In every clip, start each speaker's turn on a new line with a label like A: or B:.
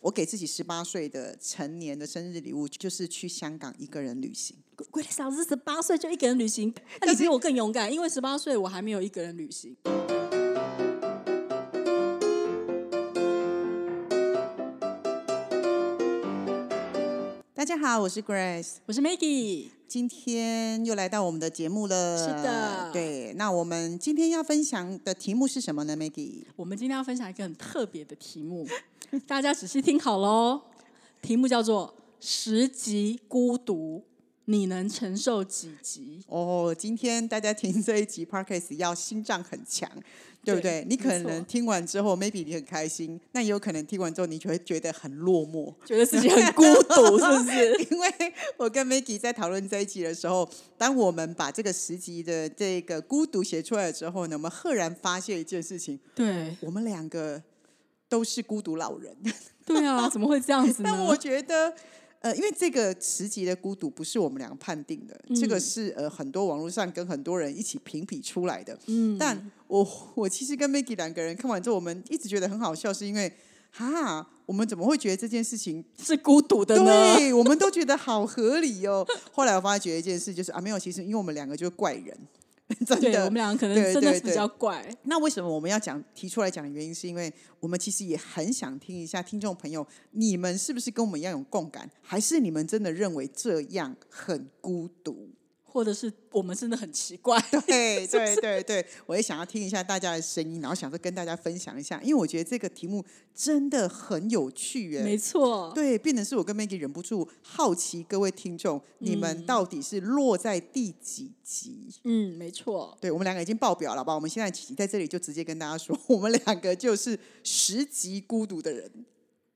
A: 我给自己十八岁的成年的生日礼物就是去香港一个人旅行。
B: 鬼的嫂子十八岁就一个人 旅行，那你比我更勇敢，因为十八岁我还没有一个人旅行。
A: 大家好，我是 Grace，
B: 我是 Maggie，
A: 今天又来到我们的节目了。
B: 是的
A: 对。那我们今天要分享的题目是什么呢，Maggie？
B: 我们今天要分享一个很特别的题目， 大家仔细听好喽。题目叫做“十级孤独”，你能承受几级？
A: 哦，今天大家听这一集 Podcast 要心脏很强，对不对？
B: 对
A: 你可
B: 没
A: 能
B: 错
A: 听完之后，maybe 你很开心，那也有可能听完之后，你就会觉得很落寞。
B: 觉得自己很孤独，是不是？
A: 因为我跟 Maggie 在讨论这一集的时候，当我们把这个十集的这个孤独写出来之后呢，我们赫然发现一件事情：
B: 对，
A: 我们两个都是孤独老人。
B: 对啊，怎么会这样 子呢？
A: 但我觉得，呃，因为这个十集的孤独不是我们两个判定的，这个是呃很多网络上跟很多人一起评比出来的。嗯，但我我其实跟 Maggie 两个人看完之后，我们一直觉得很好笑，是因为哈，我们怎么会觉得这件事情
B: 是孤独的呢。
A: 对，我们都觉得好合理哦。 后来我发觉一件事，就是啊，没有，其实因为我们两个就是怪人， 真
B: 对，我
A: 的
B: 们。两个可能
A: 对
B: 真的
A: 对
B: 是比较怪。
A: 那为什么我们要讲提出来讲的原因，是因为我们其实也很想听一下听众朋友，你们是不是跟我们一样有共感，还是你们真的认为这样很孤独？
B: 或者是我们真的很奇怪。
A: 对对对对，我也想要听一下大家的声音，然后想说跟大家分享一下，因为我觉得这个题目真的很有趣耶。
B: 没错，
A: 对，变成是我跟 Maggie 忍不住好奇，各位听众，你们到底是落在第几集？
B: 嗯，没错，
A: 对我们两个已经爆表了吧？我们现在起在这里就直接跟大家说，我们两个就是十级孤独的人，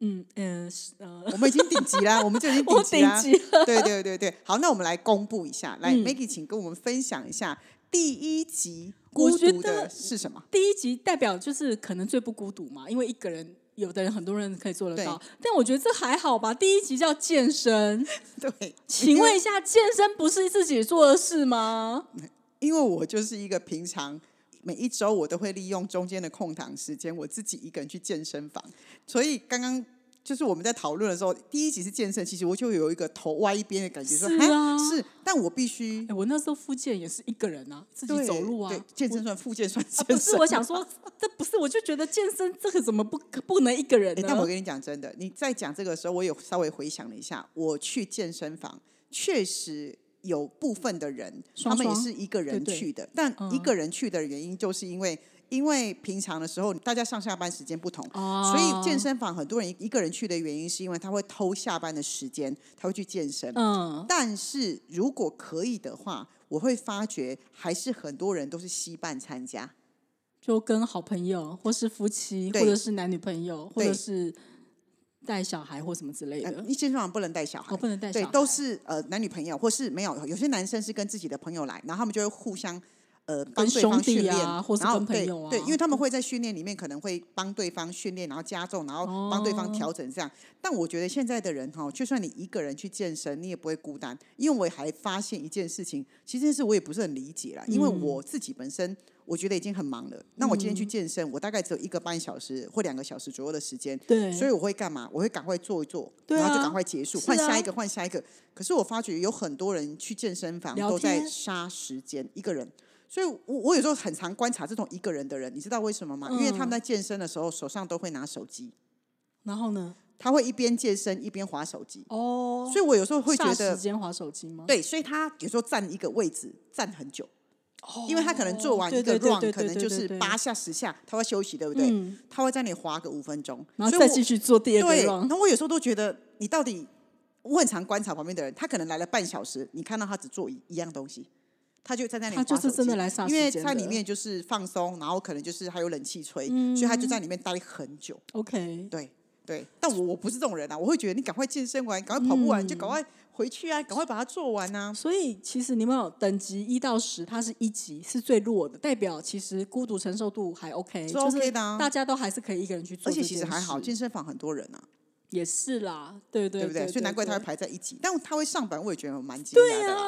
B: 嗯嗯是呃，
A: 我们已经顶级啦，我们就已经
B: 我
A: 顶级啊
B: 顶
A: 啦。
B: 级啊了。
A: 对对对对，好，那我们来公布一下，来、
B: 嗯
A: Maggie，请跟我们分享一下第一集
B: 我
A: 孤
B: 觉
A: 独
B: 得
A: 的是什么？
B: 第一集代表就是可能最不孤独嘛，因为一个人，有的人很多人可以做得到，但我觉得这还好吧。第一集叫 健身，
A: 对，
B: 请问一下，健身不是自己做的事 吗？
A: 因为我就是一个平常每一周我都会利用中间的空档时间，我自己一个人去健身房。所以刚刚就是我们在讨论的时候，第一集是健身，其实我就有一个头歪一边的感觉，说
B: 是
A: 哈
B: 啊
A: 是，但我必须
B: 哎，我那时候复健也是一个人啊，自己
A: 对
B: 走路啊
A: 对。健身算复健算健
B: 啊
A: 身、
B: 不是，我想说， 这不是，我就觉得健身这个怎么不不能一个人
A: 诶
B: 呢？
A: 但哎我跟你讲真的，你在讲这个时候，我有稍微回想了一下，我去健身房确实有部分的人，
B: 双
A: 他们也
B: 双
A: 是一个人
B: 对对
A: 去的，但一
B: 嗯
A: 个人去的原因就是因为。因为平常的时候，大家上下班时间不同，
B: 哦
A: 所以健身房很多人一个人去的原因，是因为他会偷下班的时间，他会去健身。
B: 嗯，
A: 但是如果可以的话，我会发觉还是很多人都是稀办参加。
B: 就跟好朋友，或是夫妻，或
A: 对
B: 者是男女朋友，或
A: 对
B: 者是带小孩或什么之类
A: 呃
B: 的。
A: 你健身房不能带小孩，
B: 哦不能带
A: 对
B: 小，孩
A: 都是呃男女朋友，或是没有，有些男生是跟自己的朋友来，然后他们就会互相呃帮对
B: 兄
A: 方
B: 弟
A: 训练，
B: 啊或是
A: 然后
B: 跟朋
A: 对
B: 友啊
A: 对，因为他们会在训练里面可能会帮对方训练，然后加重，然后帮对方
B: 哦
A: 调整这样。但我觉得现在的人哈、就算你一个人去健身，你也不会孤单，因为我还发现一件事情，其实这件事我也不是很理解啦，因
B: 嗯
A: 为我自己本身。我觉得已经很忙了。那我今天去健身，我大概只有一个半小时或两个小时左右的时间，
B: 对，
A: 所以我会干嘛？我会赶快做一做，
B: 对
A: 然后就
B: 啊
A: 赶快结束，
B: 是
A: 换下
B: 啊
A: 一个，换下一个。可是我发觉有很多人去健身房
B: 聊
A: 都在
B: 天
A: 杀时间，一个人。所以我，我有时候很常观察这种一个人的人，你知道为什么吗？因为他们
B: 嗯
A: 在健身的时候手上都会拿手机，
B: 然后呢？
A: 他会一边健身一边划手机。
B: 哦，
A: 所以我有时候会觉
B: 霎时
A: 得，
B: 间划手机吗？
A: 对，所以他有时候站一个位置站很久，
B: 哦，
A: 因为他可能做完一个
B: 对对对
A: run，
B: 对
A: 可能
B: 对
A: 就
B: 对
A: 是
B: 对
A: 八下十下，他会休息，对不对？
B: 嗯
A: 他会在那里划个五分钟，
B: 然后
A: 所以
B: 再
A: 我
B: 继续做第二个
A: 对，
B: run。
A: 那我有时候都觉得，你到底我很常观察旁边的人，他可能来了半小时，你看到他只做一一样东西，他就在那里
B: 他
A: 划手机，
B: 就是真的来杀时
A: 因为
B: 间的，
A: 在里面就是放松，然后可能就是还有冷气吹，
B: 嗯
A: 所以他就在里面待很久。
B: OK，
A: 对对，但我我不是这种人啊，我会觉得你赶快健身完，赶快跑步完，就赶快回去啊，赶快把它做完啊。
B: 所以其实你们有等级一到十，它是一级，是最弱的，代表其实孤独承受度还 OK，
A: 是
B: 就是
A: OK 的啊
B: 大家都还是可以一个人去做
A: 而
B: 这
A: 且
B: 件事。
A: 其实还好，健身房很多人啊，
B: 也是啦，对
A: 对
B: 对对
A: 不对？所以难怪他会
B: 对
A: 排在一起，但他会上班，我也觉得蛮惊讶的啦。对啊，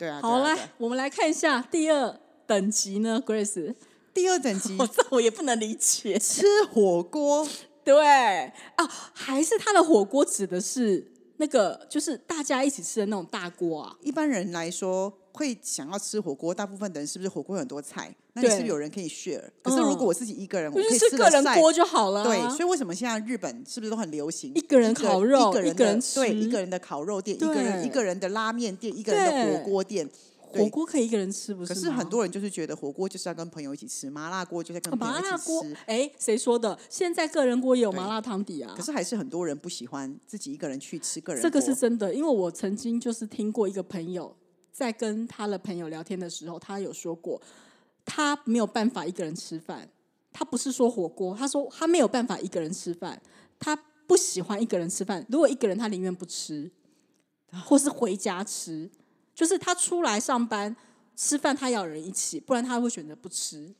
A: 对啊，
B: 好，
A: 对啊
B: 来，我们来看一下第二等级呢，Grace。
A: 第二等级
B: 我这我也不能理解。
A: 吃火锅。
B: 对啊，还是他的火锅指的是那个，就是大家一起吃的那种大锅啊。
A: 一般人来说，会想要吃火锅，大部分的人是不是火锅有很多菜？那你是不
B: 对
A: 是有人可以 share？可是如果我自己一个人，
B: 就
A: 我可
B: 是
A: 以
B: 吃
A: 吃
B: 个
A: 得
B: 人
A: 晒
B: 锅就好了啊、
A: 对，所以为什么现在日本是不是都很流行
B: 一个人
A: 一
B: 烤肉
A: 一个
B: 一
A: 人
B: 个
A: 的
B: 人
A: 对
B: 吃
A: 一个人的烤肉店，一个人
B: 对
A: 一个人的拉面店，一个人的火
B: 对
A: 锅店。对
B: 火锅可以一个人吃，不是
A: 可
B: 吗？
A: 是很多人就是觉得火锅就是要跟朋友一起吃，麻辣锅就是要跟朋友
B: 哦麻
A: 一
B: 辣锅
A: 起吃。，
B: 哎，谁说的？现在个人锅也有麻
A: 对
B: 辣汤底啊
A: 可。是还是很多人不喜欢自己一个人去吃个人
B: 这个
A: 锅
B: 是真的，因为我曾经就是听过一个朋友在跟他的朋友聊天的时候，他有说过，他没有办法一个人吃饭。他不是说火锅，他说他没有办法一个人吃饭，他不喜欢一个人吃饭。如果一个人，他宁愿不吃，或是回家吃。就是他出来上班吃饭，他要有人一起，不然他会选择不吃。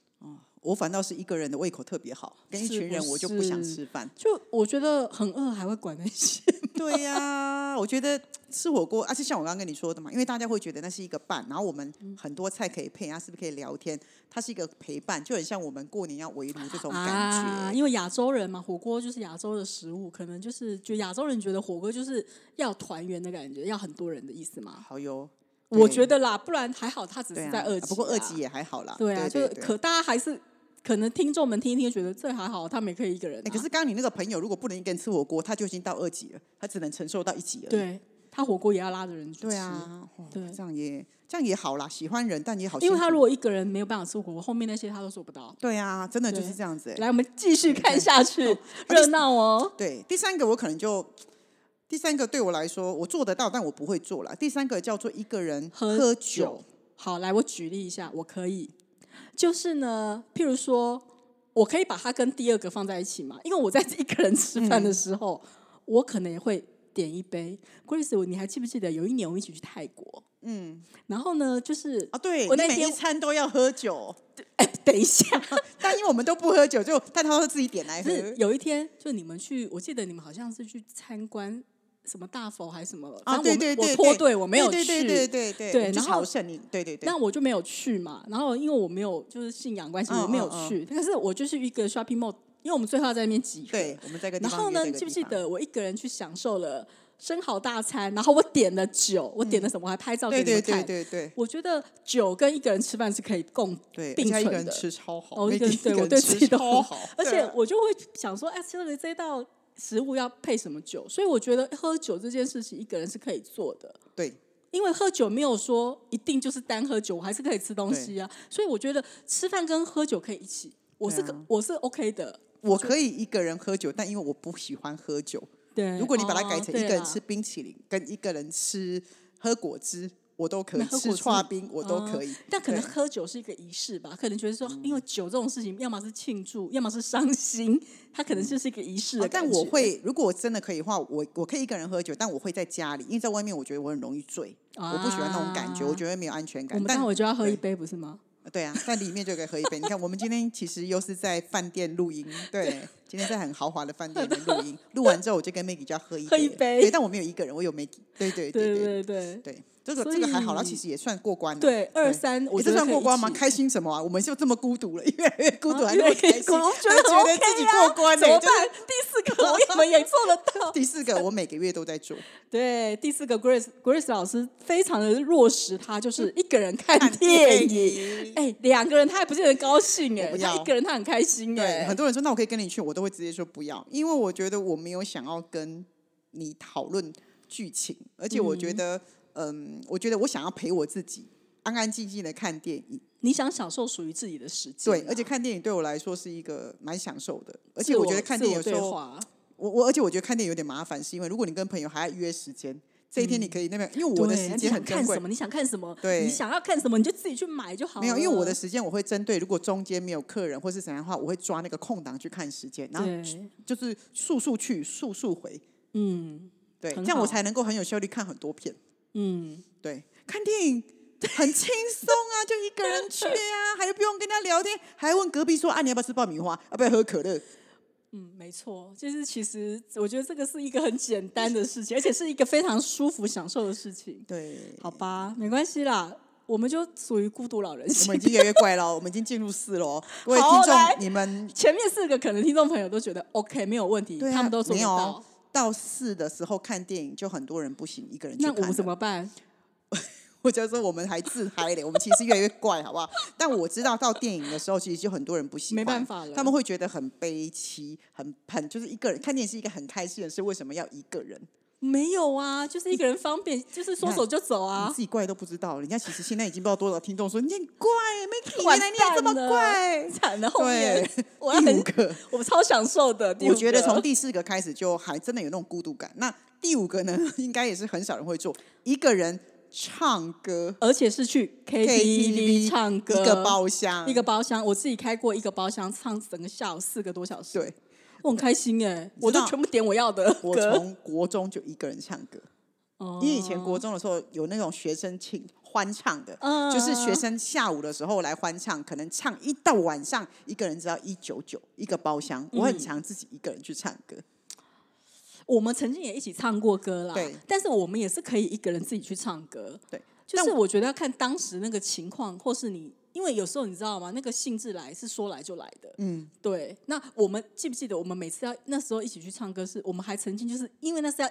A: 我反倒是一个人的胃口特别好，跟一
B: 是
A: 群
B: 不
A: 人我就不想
B: 是
A: 吃饭。
B: 就我觉得很饿，还会管那些。
A: 对呀、我觉得吃火锅，而、啊且像我刚刚跟你说的嘛，因为大家会觉得那是一个伴，然后我们很多菜可以配，啊，是不是可以聊天？它是一个陪伴，就很像我们过年要围炉这种感
B: 啊，
A: 觉。
B: 因为亚洲人嘛，火锅就是亚洲的食物，可能就是就亚洲人觉得火锅就是要团圆的感觉，要很多人的意思嘛。
A: 好哟，对
B: 我觉得啦，不然还好，他只
A: 对
B: 啊是
A: 啊，
B: 在二级、
A: 啊不过二级。也还好啦。
B: 对啊，
A: 对
B: 就
A: 对
B: 可大家还是可能听众们听一听，觉得这还好，他们也可以一个人、啊
A: 哎、可是刚刚你那个朋友如果不能一个人吃火锅，他就已经到二级了，他只能承受到一级了。
B: 对他火锅也要拉着人去吃。
A: 对，啊，哦
B: 对
A: 这样也这样也好啦，喜欢人但也好辛
B: 因
A: 苦，
B: 为他如果一个人没有办法吃火锅，后面那些他都做不到。
A: 对啊，真的就
B: 对
A: 是这样子、欸。
B: 来，我们继续看下 去，热闹哦。
A: 对，第三个我可能就第三个对我来说我做得到，但我不会做啦。第三个叫做一个人
B: 喝
A: 酒，
B: 好，来我举例一下，我可以，就是呢，譬如说，我可以把它跟第二个放在一起嘛，因为我在一个人吃饭
A: 嗯
B: 的时候，我可能也会点一杯。Grace，你还记不记得有一年我们一起去泰国？嗯，然后呢，就是
A: 啊，对，
B: 我
A: 你
B: 那
A: 每一
B: 天
A: 餐都要喝 酒，
B: 哎，等一下，
A: 但因为我们都不喝酒，就但他会自己点来
B: 不
A: 喝。
B: 是有一天，就你们去，我记得你们好像是去参观什么大佛还是什么，
A: 啊，
B: 反正
A: 对对
B: 我我
A: 对，
B: 破
A: 对
B: 队，我没有去，
A: 对对对对对
B: 对
A: 我们去
B: 然后
A: 朝圣，你对对对，
B: 那我就没有去嘛。然后因为我没有就是信仰关系，
A: 嗯
B: 我没有
A: 嗯嗯
B: 去。但是我就是一个 shopping mall，因为我们最后要在那边集合。
A: 对，我们在一个地
B: 然
A: 方
B: 后
A: 约
B: 呢，
A: 这
B: 你
A: 个
B: 记不
A: 地
B: 记
A: 方？
B: 得我一个人去享受了生蚝大餐？然后我点了酒，我点了什么？我还拍照给
A: 对
B: 你
A: 嗯
B: 们
A: 对
B: 看。
A: 对对对
B: 我觉得酒跟一个人吃饭是可以共
A: 对，而
B: 并
A: 且他一
B: 存
A: 个人
B: 的
A: 吃超好，
B: 哦，
A: 每
B: 一个人
A: 天
B: 对
A: 一个
B: 我
A: 人
B: 对自
A: 吃
B: 己都
A: 超
B: 很
A: 好，
B: 而
A: 对
B: 且
A: 啊
B: 我就会想说，哎，吃了这道食物要配什么酒？所以我觉得喝酒这件事情一个人是可以做的。
A: 对
B: 因为喝酒没有说一定就是单喝酒，我还是可以吃东西啊。所以我觉得吃饭跟喝酒可以一起，我是、
A: 对啊
B: 我是 OK 的。
A: 我可以一个人喝酒，但因为我不喜欢喝酒，
B: 对，
A: 如果你把它改成
B: 哦
A: 一个人，
B: 对
A: 吃
B: 啦
A: 冰淇淋，跟一个人吃喝果汁，我都可以
B: 那；喝
A: 吃
B: 果汁哦
A: 刨冰我都可以。
B: 但可能
A: 对嗯
B: 喝酒是一个仪式吧，可能觉得说，因为酒这种事情，要么是庆祝，要么是伤心，它可能就是一个仪式的
A: 啊但
B: 感
A: 我
B: 觉
A: 会，如果我真的可以的话，我我可以一个人喝酒，但我会在家里，因为在外面我觉得我很容易醉，我不喜欢那种感觉，我
B: 啊
A: 觉得没有安全
B: 我
A: 感。
B: 们待
A: 但
B: 会就要喝一杯，不是吗？
A: 对啊，在里面就可以喝一杯。你看，我们今天其实又是在饭店录音，对，今天在很豪华的饭店里面录音，录完之后我就跟 Maggie 就要喝一
B: 喝一杯
A: 对，但我没有一个人，我有 Maggie，对对
B: 对
A: 对
B: 对对
A: 对，这个这个还好，它其实也算过关了。
B: 对，二
A: 对
B: 三，
A: 我
B: 我
A: 这
B: 觉得
A: 算
B: 可以
A: 过关吗？
B: 一起
A: 开心什么啊？我们就这么孤独了，越来越孤独，
B: 啊
A: 还那么
B: 越来
A: 开
B: 越
A: 心，
B: 孤独 我觉 得
A: 还觉得
B: 很 OK 啊
A: 自己过关
B: 怎
A: 了，
B: 么
A: 就
B: 办？第四个我们也做得到。
A: 第四个，我每个月都在做，
B: 对，第四个 Grace Grace 老师非常的落实，他就是一个人看
A: 嗯看
B: 电
A: 电
B: 影
A: 影。
B: 哎、两个人他也不见得高兴哎、
A: 我不
B: 他
A: 要
B: 一个人他很开心
A: 对，
B: 哎、
A: 很多人说那我可以跟你去，我都会直接说不要，因为我觉得我没有想要跟你讨论剧情，而且我觉得，嗯，我觉得我想要陪我自己，安安静静的看电影。
B: 你想享受属于自己的时间啊、
A: 对，而且看电影对我来说是一个蛮享受的，而
B: 自
A: 且我觉得看
B: 自
A: 电影
B: 我
A: 有
B: 对
A: 时候
B: 话，
A: 我我而且我觉得看电影有点麻烦，是因为如果你跟朋友还要约时间，这一天你可以那边，因为我的
B: 对
A: 时
B: 你
A: 间
B: 想
A: 很珍
B: 看
A: 贵
B: 什么，你想看什么，
A: 对
B: 你想要看什么你就自己去买就好了。
A: 没有，因为我的时间我会针对，如果中间没有客人或是怎样的话，我会抓那个空档去看时间，然后
B: 对，
A: 就是速速去，速速回，
B: 嗯
A: 对，
B: 很
A: 这样我
B: 好
A: 才能够很有效率看很多片。
B: 嗯，
A: 对，看电影很轻松 啊，就一个人去啊，还不用跟他聊天，还问隔壁说啊，你要不要吃爆米花？要不要喝可乐？
B: 嗯，没错，就是其实我觉得这个是一个很简单的事情，而且是一个非常舒服享受的事情。
A: 对，
B: 好吧，没关系啦。我们就属于孤独老人
A: 我
B: 型
A: 们已。经越来越怪了，我们已经进入四楼。哦各位
B: 好
A: 听众
B: 来，
A: 你们
B: 前面四个可能听众朋友都觉得 OK 没有问题，
A: 对啊
B: 他们都做得
A: 没有
B: 到。
A: 到四的时候看电影，就很多人不行，一个人去
B: 那
A: 看
B: 我们
A: 的
B: 怎么办？
A: 我就说我们还自嗨嘞，我们其实越来越怪，好不好？但我知道到电影的时候，其实就很多人不喜欢，
B: 没办法了
A: 他们会觉得很悲戚，很很就是一个人看电影是一个很开心的事，为什么要一个人？
B: 没有啊，就是一个人方便，就是说走就走
A: 你
B: 啊。
A: 自己怪都不知道，人家其实现在已经不知道多少听众说你很怪，Micky，
B: 完
A: 原来你也这么
B: 蛋了
A: 怪。
B: 惨了，后面
A: 对
B: 我要
A: 第五
B: 很，
A: 个，
B: 我超享受的。第五
A: 我觉得
B: 个
A: 从第四个开始就还真的有那种孤独感。那第五个呢， 应该也是很少人会做，一个人唱歌
B: 而且是去 KTV 唱歌，
A: 一个包厢，
B: 一个包厢，我自己开过一个包厢，唱整个下午四个多小时，
A: 对。
B: 我很开心哎、
A: 知道
B: 我就全部点我要的
A: 我
B: 歌，
A: 从国中就一个人唱歌，
B: 哦
A: 因为以前国中的时候有那种学生庆欢唱的，
B: 嗯
A: 就是学生下午的时候来欢唱，可能唱一到晚上，一个人只要一九九一个包厢，我
B: 嗯
A: 很常自己一个人去唱歌。
B: 我们曾经也一起唱过歌啦
A: 对，
B: 但是我们也是可以一个人自己去唱歌，
A: 对，
B: 就
A: 但
B: 是我觉得要看当时那个情况，或是你，因为有时候你知道吗？那个兴致来是说来就来的。
A: 嗯，
B: 对。那我们记不记得我们每次要那时候一起去唱歌是，我们还曾经就是因为那是要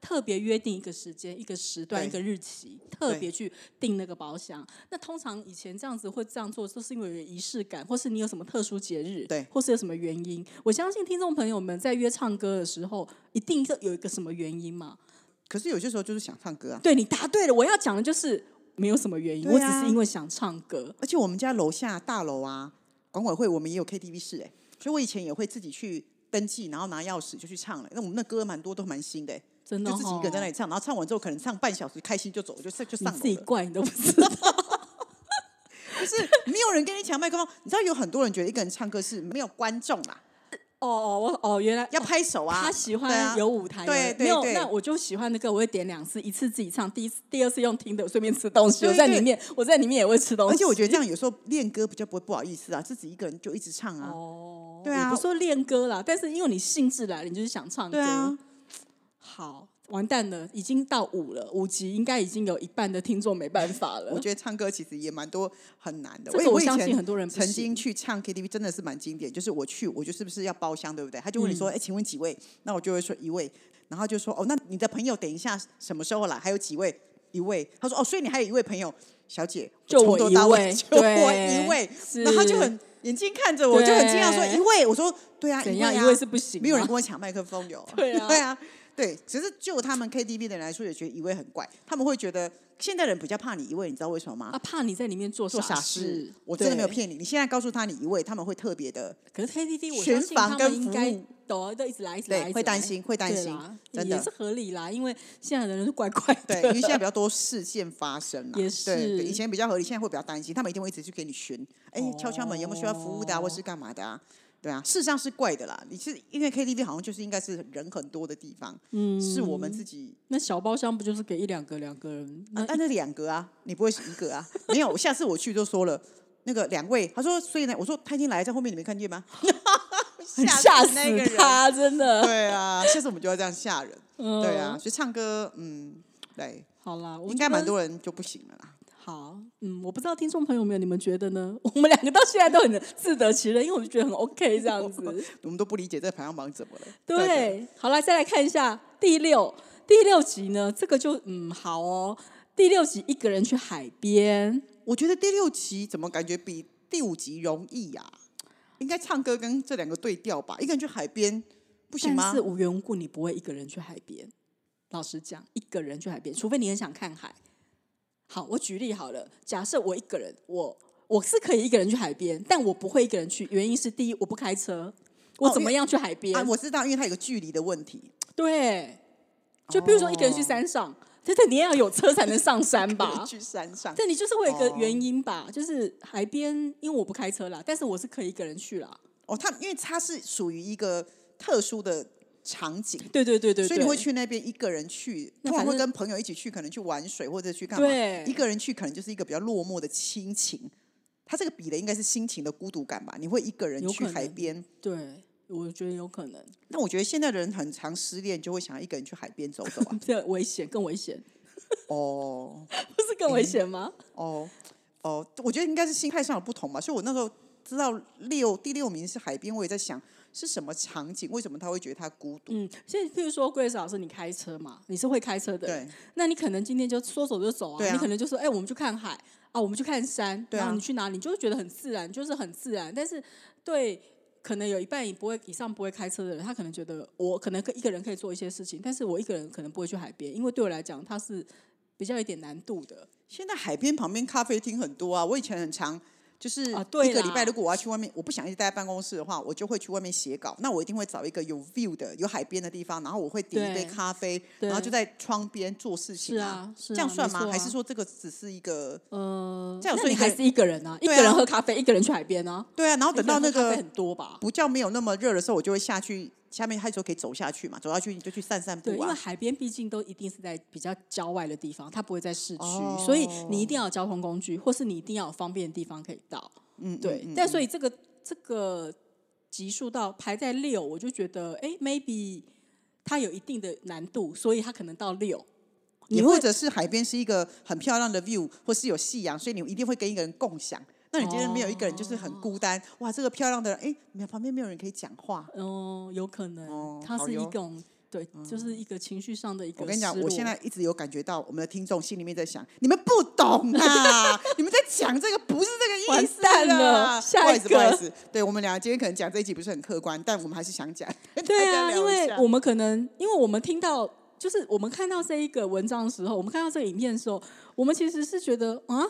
B: 特别约定一个时间、一个时段、
A: 对
B: 一个日期，特别去订那个包厢。那通常以前这样子会这样做，就是因为有仪式感，或是你有什么特殊节日，
A: 对
B: 或是有什么原因。我相信听众朋友们在约唱歌的时候，一定是有一个什么原因嘛。
A: 可是有些时候就是想唱歌啊，
B: 对你答对了，我要讲的就是没有什么原因，
A: 对啊
B: 我只是因为想唱歌。
A: 而且我们家楼下大楼啊，管委会我们也有 KTV 室哎、所以我以前也会自己去登记，然后拿钥匙就去唱了。那我们那歌蛮多都蛮新的、欸，
B: 真的
A: 就自己一个人在那
B: 里，
A: 里唱，然后唱完之后可能唱半小时，开心就走，就上就
B: 你
A: 上
B: 自
A: 楼
B: 己
A: 了。
B: 怪你都不知 道。
A: 就是没有人跟你抢麦克风。你知道有很多人觉得一个人唱歌是没有观众啦，
B: 哦哦，我哦，原来
A: 要拍手啊，
B: 他喜
A: 对
B: 欢
A: 啊
B: 有舞台的，
A: 对对
B: 没有
A: 对
B: 那我就喜欢那个，我会点两次，一次自己唱，第一次第二次用听的，顺便吃东西。
A: 对
B: 我在
A: 对
B: 里面，我在里面也会吃东西。
A: 而且我觉得这样有时候练歌比较不会不好意思啊，自己一个人就一直唱啊。
B: 哦，
A: 对啊
B: 也不说练歌啦，但是因为你兴致来了，你就是想唱歌。
A: 对啊，
B: 好，完蛋了，已经到五了，五集应该已经有一半的听众没办法了。
A: 我觉得唱歌其实也蛮多很难的。
B: 嗯这个
A: 我
B: 我
A: 以
B: 相
A: 前
B: 信很多人不
A: 曾
B: 行
A: 经去唱 KTV 真的是蛮经典，就是我去，我就是不是要包厢，对不对？他就问
B: 嗯
A: 你说：“哎、请问几位？”那我就会说一位，然后就说：“哦，那你的朋友等一下什么时候来？还有几位？”一位，他说哦，所以你还有一位朋友，小姐，
B: 就
A: 从
B: 我
A: 头
B: 一
A: 到
B: 位
A: 尾 就我
B: 对
A: 一位，
B: 是
A: 然后他就很眼睛看着我，就很惊讶说
B: 对
A: 一位，我说对啊，
B: 怎
A: 一
B: 样？
A: 啊
B: 一位是不行吗，。
A: 没有人跟我抢麦克风有
B: 对啊
A: 对啊，对。只是就他们 KTV 的人来说，也觉得一位很怪，他们会觉得现代人比较怕你一位，你知道为什么吗？
B: 啊，怕你在里面做
A: 做
B: 傻
A: 傻事，我真的没有
B: 对。
A: 骗你。你现在告诉他你一位，他们会特别的，
B: 可是 KTV 我
A: 巡
B: 相信他
A: 房跟
B: 们应
A: 服
B: 该
A: 务
B: 都都一直来，一直来，一
A: 对，
B: 直
A: 会担
B: 来
A: 心，会担
B: 对
A: 心
B: 啦，
A: 真
B: 也
A: 的
B: 是。合理啦，因为现在的人是怪怪的，
A: 对，因为现在比较多事件发生了，
B: 也
A: 对
B: 是
A: 对以前比较合理，现在会比较担心，他们一定会一直去给你巡，哎，敲敲门有没有需要服务的啊，
B: 哦
A: 或是干嘛的啊？对啊，事实上是怪的啦。你是因为 KTV 好像就是应该是人很多的地方，嗯，是我们自己
B: 那小包厢不就是给一两个两个人？那
A: 啊，但是两个啊，你不会是一个啊？ 没有，我下次我去就说了，那个两位，他说，所以呢，我说他已经来在后面，你没看见吗？
B: 很
A: 吓
B: 吓
A: 那个
B: 死
A: 人！
B: 他，真的。
A: 对啊，下次我们就要这样吓人。
B: 嗯
A: 对啊，，所以唱歌，嗯，对，
B: 好啦，我
A: 应该
B: 觉得
A: 蛮多人就不行了 啦。
B: 好，嗯，我不知道听众朋友们你们觉得呢？我们两个到现在都很自得其乐，因为我们觉得很 OK 这样子。
A: 我们都不理解这个排行榜怎么了。
B: 对，
A: 对，
B: 好了，再来看一下第六第六集呢，这个就嗯好哦。第六集一个人去海边，
A: 我觉得第六集怎么感觉比第五集容易呀、应该唱歌跟这两个对调吧？一个人去海边不行吗
B: 但是？无缘无故你不会一个人去海边。老实讲，一个人去海边，除非你很想看海。好，我举例好了，假设我一个人，我我是可以一个人去海边，但我不会一个人去，原因是第一，我不开车，我
A: 哦
B: 怎
A: 因
B: 么
A: 为
B: 样去海边？
A: 啊，我知道，因为它有个距离的问题。
B: 对，就比如说一个人去
A: 哦
B: 山上，但是你也要有车才能上山
A: 可
B: 吧
A: 以？去山上，
B: 但你就是会有一个
A: 哦
B: 原因吧，就是海边，因为我不开车啦，但是我是可以一个人去啦。
A: 哦，它因为它是属于一个特殊的场景，
B: 对对对对对，
A: 所以你会去那边一个人去，
B: 那
A: 通常
B: 反
A: 会
B: 正
A: 跟朋友一起去，可能去玩水或者去干嘛。
B: 对
A: 一个人去可能就是一个比较落寞的亲情。他这个比的应该是心情的孤独感吧？你会一个人
B: 有
A: 去
B: 可
A: 海
B: 能
A: 边，
B: 对，我觉得有可能，
A: 但我觉得现在的人很常失恋，就会想要一个人去海边走走啊
B: 。这危险更危险。
A: 哦
B: 不是更危险吗？
A: 哦哦，我觉得应该是心态上有不同吧。所以我那时候知道六第六名是海边，我也在想是什么场景，为什么他会觉得他孤独？
B: 嗯，现在譬如说 Grace 老师，你开车嘛，你是会开车的人，
A: 对
B: 那你可能今天就说走就走啊，
A: 对啊
B: 你可能就说，哎、我们去看海啊，我们去看山，
A: 对啊
B: 然后你去哪里，你就会觉得很自然，就是很自然。但是对，可能有一半以不会以上不会开车的人，他可能觉得我可能可一个人可以做一些事情，但是我一个人可能不会去海边，因为对我来讲，它是比较有点难度的。
A: 现在海边旁边咖啡厅很多啊，我以前很常。就是
B: 啊对
A: 一个
B: 啦
A: 礼拜，如果我要去外面，我不想一直待在办公室的话，我就会去外面写稿。那我一定会找一个有 view 的、有海边的地方，然后我会点一杯
B: 对
A: 咖啡，
B: 对
A: 然后就在窗边做事情
B: 是啊是啊
A: 这样算吗？
B: 没错啊
A: 还是说这个只是一个
B: 呃，
A: 这样
B: 那
A: 所以
B: 你
A: 一个
B: 还
A: 人
B: 是一个人啊，一
A: 对
B: 个
A: 啊
B: 人喝咖啡，一个人去海边啊。
A: 对啊？然后等到那
B: 一人喝咖啡
A: 个
B: 很多吧，
A: 不叫没有那么热的时候，我就会下去，下面它时候可以走下去嘛，走下去你就去散散
B: 对，
A: 步
B: 因为
A: 啊。
B: 海边毕竟都一定是在比较郊外的地方，它不会在市区，
A: 哦
B: 所以你一定要有交通工具，或是你一定要有方便的地方可以到。
A: 嗯，
B: 对，
A: 嗯嗯
B: 但所以这个这个级数到排在六，我就觉得，哎，maybe 它有一定的难度，所以它可能到六。你
A: 也
B: 会
A: 或者是海边是一个很漂亮的 view，或是有夕阳，所以你一定会跟一个人共享。那你今天没有一个人，就是
B: 哦
A: 很孤单。哇，这个漂亮的人，哎，没有旁边没有人可以讲话。
B: 哦，有可能，
A: 哦
B: 它
A: 好
B: 是一
A: 哟嗯
B: 种对，就是一个情绪上的一个失
A: 我
B: 落。
A: 跟你讲，我现在一直有感觉到我们的听众心里面在想，你们不懂 啊，你们在讲这个不是这个意思
B: 完蛋
A: 啦
B: 了下
A: 不好意
B: 一
A: 思，不好意
B: 个
A: 思，对我们俩今天可能讲这一集不是很客观，但我们还是想讲。 跟
B: 对
A: 大家
B: 啊，
A: 聊
B: 因
A: 一
B: 为
A: 下
B: 我们可能，因为我们听到，就是我们看到这一个文章的时候，我们看到这个影片的时候，我们其实是觉得啊，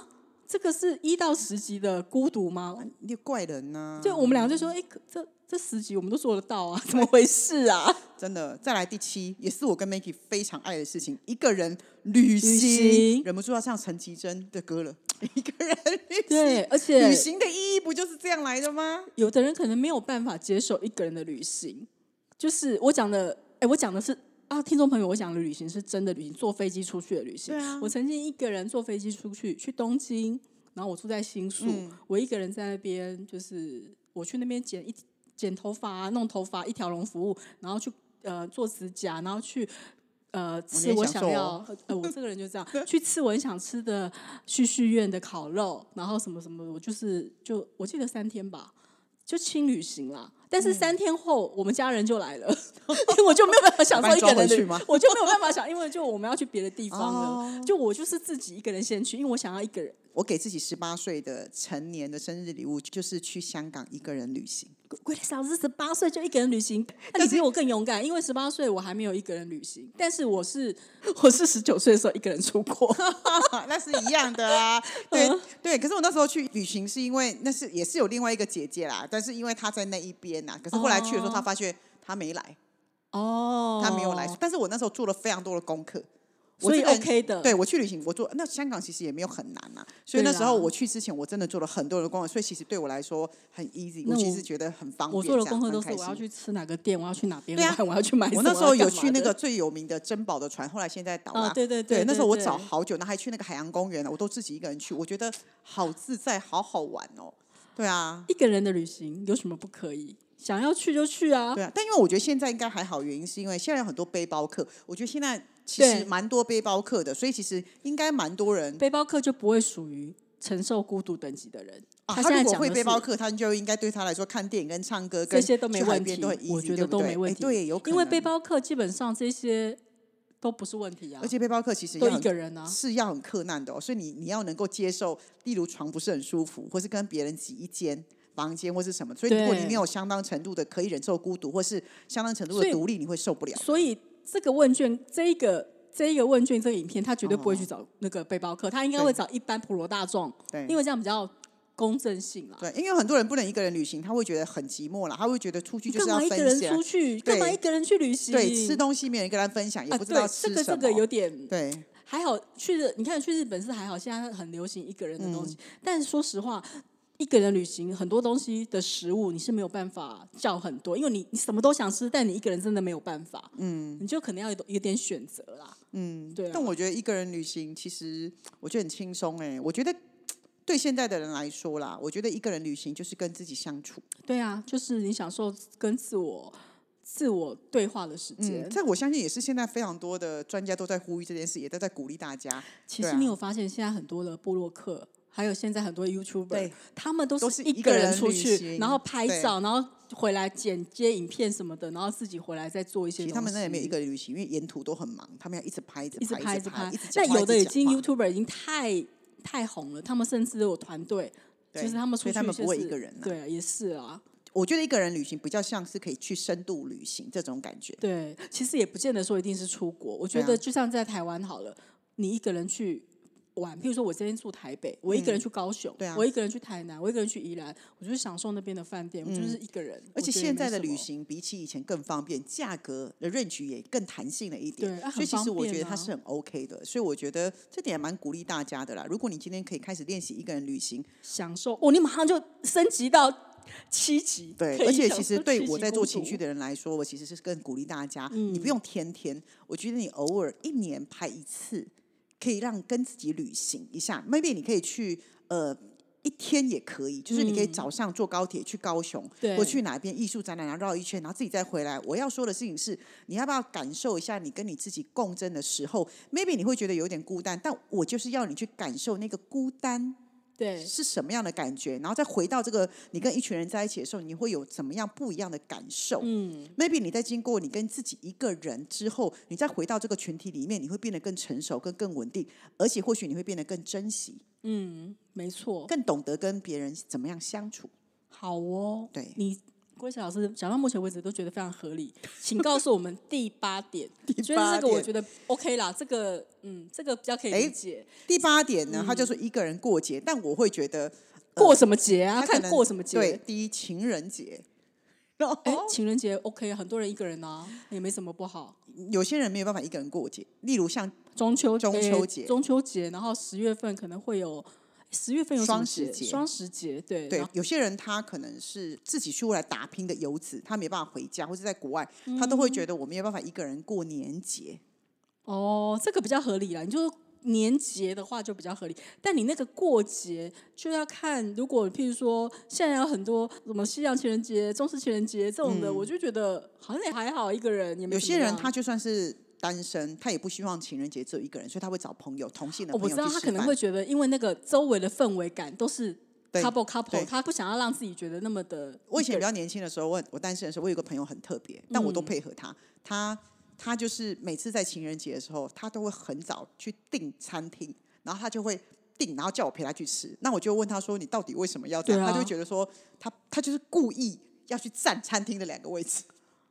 B: 这个是一到十级的孤独吗？
A: 你怪人呐、
B: 就我们俩就说，哎、可这这十级我们都做得到 啊，怎么回事啊？
A: 真的，再来第七，也是我跟 Maggie 非常爱的事情，一个人旅行，
B: 行
A: 忍不住要唱陈绮贞的歌了。 一个人
B: 对，而 且
A: 旅行的意义不就是这样来的吗？
B: 有的人可能没有办法接受一个人的旅行，就是我讲的，哎、我讲的是啊，听众朋友，我讲的旅行是真的旅行，坐飞机出去的旅行。
A: 对啊
B: 我曾经一个人坐飞机出去，去东京，然后我住在新宿，
A: 嗯
B: 我一个人在那边，就是我去那边剪一剪头发、啊、弄头发，一条龙服务，然后去呃做指甲，然后去。呃，吃
A: 你
B: 我
A: 很享
B: 想
A: 受
B: 要
A: 哦，
B: 呃，我这个人就这样，去吃我很想吃的旭旭苑的烤肉，然后什么什么，我就是就我记得三天吧，就轻旅行啦。但
A: 嗯
B: 是三天后，我们家人就来了， 我就没有办法享受一个
A: 把
B: 人
A: 你抓回去
B: 的
A: 吗，
B: 我就没有办法想，因为就我们要去别的地方了，
A: 哦
B: 就我就是自己一个人先去，因为我想要一个人。
A: 我给自己十八岁的成年的生日礼物，就是去香港一个人旅行。
B: 鬼嫂子十八岁就一个人旅行，那你比我更勇敢，因为十八岁我还没有一个人旅行，但是我是 我是十九岁的时候一个人 出国，
A: 那是一样的 啊，对对。可是我那时候去旅行，是因为那是也是有另外一个姐姐啦，但是因为她在那一边啊呐、可是后来去的时候，她发现她没来，
B: 哦
A: 她没有来。但是我那时候做了非常多的功课，我
B: 所以
A: 这个人
B: OK 的，
A: 对我去旅行，我做那香港其实也没有很难啊，所以
B: 对
A: 那
B: 啦
A: 时候我去之前，我真的做了很多的功课，所以其实对我来说很 easy，
B: 那
A: 我其
B: 我
A: 实觉得很方便。
B: 我做的
A: 这样
B: 功课
A: 很
B: 都是
A: 开
B: 我
A: 心
B: 要去吃哪个店，我要去哪边
A: 对
B: 玩，
A: 啊
B: 我要去买什么。
A: 我那时候有
B: 要干嘛
A: 去那
B: 的
A: 个最有名的珍宝的船，后来现在倒了。
B: 啊，对对
A: 对
B: 对，
A: 那时候我
B: 对
A: 找好久，那还去那个海洋公园呢，我都自己一个人去，我觉得好自在，好好玩哦。对啊，
B: 一个人的旅行有什么不可以？想要去就去啊
A: 对，啊，但因为我觉得现在应该还好，原因是因为现在有很多背包客，我觉得现在其实
B: 对
A: 蛮多背包客的，所以其实应该蛮多人
B: 背包客就不会属于承受孤独等级的人。
A: 啊，
B: 现
A: 如
B: 在
A: 果
B: 讲
A: 会
B: 的
A: 背
B: 是
A: 包客，他就应该对他来说看电影跟唱歌
B: 这
A: 跟
B: 些都没
A: 去海
B: 问
A: 边
B: 题
A: 都很，
B: 我
A: easy，
B: 觉
A: 对
B: 得
A: 不
B: 都
A: 对
B: 没问
A: 哎
B: 题，
A: 对，有可
B: 因为
A: 能
B: 背，包客基本上这些都不是问题啊，
A: 而且背包客其实
B: 都
A: 也
B: 一
A: 很
B: 个人啊，
A: 是要很克难的哦，所以你你要能够接受，例如床不是很舒服，或是跟别人挤一间房间或是什么，所以如果你
B: 对
A: 没有相当程度的可以忍受孤独，或是相当程度
B: 所
A: 的
B: 以
A: 独立，你会受不了。
B: 所以这个问卷，这一个这一个问卷，这个影片，他绝对不会去找那个背包客，他应该
A: 哦对
B: 会找一般普罗大众，
A: 对
B: 因为这样比较公正性啦。
A: 对，因为有很多人不能一个人旅行，他会觉得很寂寞啦，他会觉得出去
B: 你
A: 就
B: 干
A: 是要
B: 嘛一个
A: 分
B: 人出
A: 享，
B: 去？
A: 对
B: 干嘛一个人去旅行？
A: 对，吃东西没人跟他分享，也
B: 啊，
A: 不知道
B: 对，这
A: 吃
B: 个
A: 什
B: 这
A: 么。
B: 个有点
A: 对，
B: 还好去日，你看去日本是还好，现在很流行一个人的东西。但是说实话，一个人旅行很多东西的食物你是没有办法叫很多，因为你你什么都想吃，但你一个人真的没有办法。嗯，你就可能要有有点选择啦。嗯，对啊
A: 但。我觉得一个人旅行，其实我觉得很轻松哎、我觉得对现在的人来说啦，我觉得一个人旅行就是跟自己相处。
B: 对啊，就是你享受跟自我自我对话的时间。
A: 嗯，这我相信也是现在非常多的专家都在呼吁这件事，也都在鼓励大家。
B: 其
A: 对
B: 实
A: 啊
B: 你有发现，现在很多的部落客，还有现在很多 YouTuber，
A: 对
B: 他们都
A: 都
B: 是
A: 是
B: 一
A: 一个
B: 人
A: 人
B: 出
A: 旅
B: 去，
A: 行
B: 然后拍
A: 对
B: 照，然后回来剪接影片什么的，然后自己回来再做一些
A: 其
B: 东
A: 实
B: 西。
A: 他们那也没有一个人旅行，因为沿途都很忙，他们要一直拍，一直
B: 一直
A: 拍，
B: 拍
A: 一直
B: 拍
A: 一直。讲
B: 但
A: 话
B: 有的
A: 一
B: 已
A: 直讲
B: 经
A: 话
B: YouTuber 已经太太红了，他们甚至有团队，
A: 对
B: 就是他们出
A: 所以
B: 去
A: 他们
B: 就
A: 不会
B: 是
A: 一个人啊
B: 对啊，也是啊，
A: 我觉得一个人旅行比较像是可以去深度旅行这种感觉。
B: 对，其实也不见得说一定是出国。我觉
A: 对啊
B: 得就像在台湾好了，你一个人去玩，譬如说我今天住台北，我一个人去高雄，
A: 对啊
B: 我一个人去台南，我一个人去宜兰，我就是享受那边的饭店，我就是一个人。
A: 嗯而且现在的旅
B: 旅行。
A: 行比起以前更方便，价格的 range 也更弹性了一点，
B: 对啊
A: 所以
B: 很
A: 其实
B: 方
A: 我
B: 便
A: 觉得它
B: 啊
A: 是很 OK 的。所以我觉得这点也蛮鼓励大家的啦。如果你今天可以开始练习一个人旅行，
B: 享受哦，你马上就升级到七级。
A: 对，
B: 可以
A: 而且
B: 享
A: 其实
B: 受
A: 对
B: 七级
A: 我在
B: 孤
A: 做
B: 独
A: 情绪的人来说，我其实是更鼓励大家，你
B: 嗯
A: 不用天天，我觉得你偶尔一年拍一次，可以让跟自己旅行一下。Maybe 你可以去呃。一天也可以，就是
B: 嗯
A: 你可以早上坐高铁去高雄，
B: 对
A: 或去哪边艺术展览，然后绕一圈，然后自己再回来。我要说的事情是，你要不要感受一下你跟你自己共振的时候？Maybe 你会觉得有点孤单，但我就是要你去感受那个孤单
B: 对。
A: 是什么样的感觉，然后再回到这个你跟一群人在一起的时候，你会有怎么样不一样的感受？嗯，maybe 你在经过你跟自己一个人之后，你再回到这个群体里面，你会变得更成熟、更更稳定，而且或许你会变得更珍惜、
B: 没错，
A: 更懂得跟别人怎么样相处。
B: 好哦，
A: 对
B: 你郭晓老师讲到目前为止都觉得非常合理， 请告诉我们第八点，
A: 第
B: 觉得这个
A: 八
B: 我
A: 点
B: 觉得 OK 啦，这个嗯，这个比较可以理
A: 哎
B: 解。
A: 第八点呢，他就说一个人过节，但我会觉得
B: 过什么节
A: 呃
B: 啊？
A: 他可
B: 看
A: 能
B: 过什么节？
A: 对，哦第一情人节。然后
B: 哎，情人节 OK，很多人一个人啊，也没什么不好。
A: 有些人没有办法一个人过节，例如像
B: 中秋
A: 中
B: 哎
A: 秋节
B: 中秋节，然后十月份可能会有，哎十月份有什么
A: 双十节
B: 双十节，对
A: 对
B: 然后，
A: 有些人他可能是自己去外来打拼的游子，他没办法回家，或者在国外，
B: 嗯
A: 他都会觉得我没有办法一个人过年节。
B: 哦，这个比较合理啦。你就年节的话就比较合理，但你那个过节就要看，如果譬如说现在有很多什么西洋情人节、中式情人节这种的，我就觉得好像也还好，一个人也没
A: 嗯有
B: 怎
A: 些
B: 么
A: 人
B: 样
A: 他就算是单身，他也不希望情人节只有一个人，所以他会找朋友，同性的
B: 哦我
A: 朋友
B: 知
A: 去
B: 道
A: 吃
B: 他
A: 饭。
B: 可能会觉得，因为那个周围的氛围感都是
A: 对
B: couple couple，
A: 对
B: 他不想要让自己觉得那么的。
A: 我以前比较年轻的时候，我很我单身的时候，我有个朋友很特别，但我都
B: 嗯
A: 配合他。他他就是每次在情人节的时候，他都会很早去订餐厅，然后他就会订，然后叫我陪他去吃。那我就问他说：“你到底为什么要这样？”
B: 对啊
A: 他就会觉得说他他就是故意要去占餐厅的两个位置。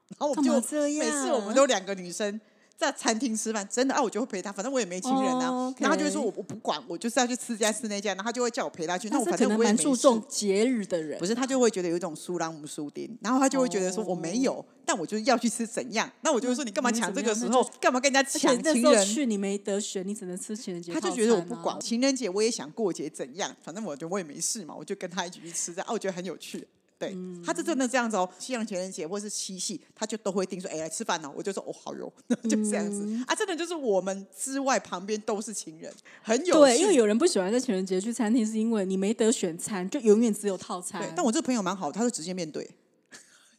A: 然后我们
B: 干
A: 就
B: 嘛
A: 啊
B: 这样
A: 每次我们都两个女生。在餐厅吃饭，真的啊，我就会陪他，反正我也没情人啊。
B: 哦，OK
A: 然后他就会说我我不管，我就是要去吃这家吃那家，然后他就会叫我陪他去。那我
B: 他
A: 反
B: 是
A: 正
B: 可能
A: 我也
B: 蛮
A: 没
B: 注
A: 事
B: 重节日的人
A: 不，是，他就会觉得有一种苏朗姆苏丁，然后他就会觉得说
B: 哦
A: 我没有，但我就是要去吃怎样，那我就会说你干嘛
B: 嗯
A: 抢这
B: 怎么
A: 个
B: 样
A: 时
B: 那
A: 候，干嘛跟人家
B: 而且
A: 抢
B: 那
A: 情
B: 时候
A: 人？
B: 去你没得选，你只能吃情人节、啊
A: 他就觉得我不管，情人节我也想过节怎样，反正我就我也没事嘛，我就跟他一起去吃，这样、啊、我觉得很有趣。对，
B: 嗯
A: 他是真的这样子哦，西洋情人节或是七夕，他就都会定说，哎，来吃饭呢、我就说哦，好哟， 就这样子、
B: 嗯
A: 啊，真的就是我们之外旁边都是情人，很有趣。
B: 对，因为有人不喜欢在情人节去餐厅，是因为你没得选餐，就永远只有套餐
A: 对。但我这个朋友蛮好，他就直接面对。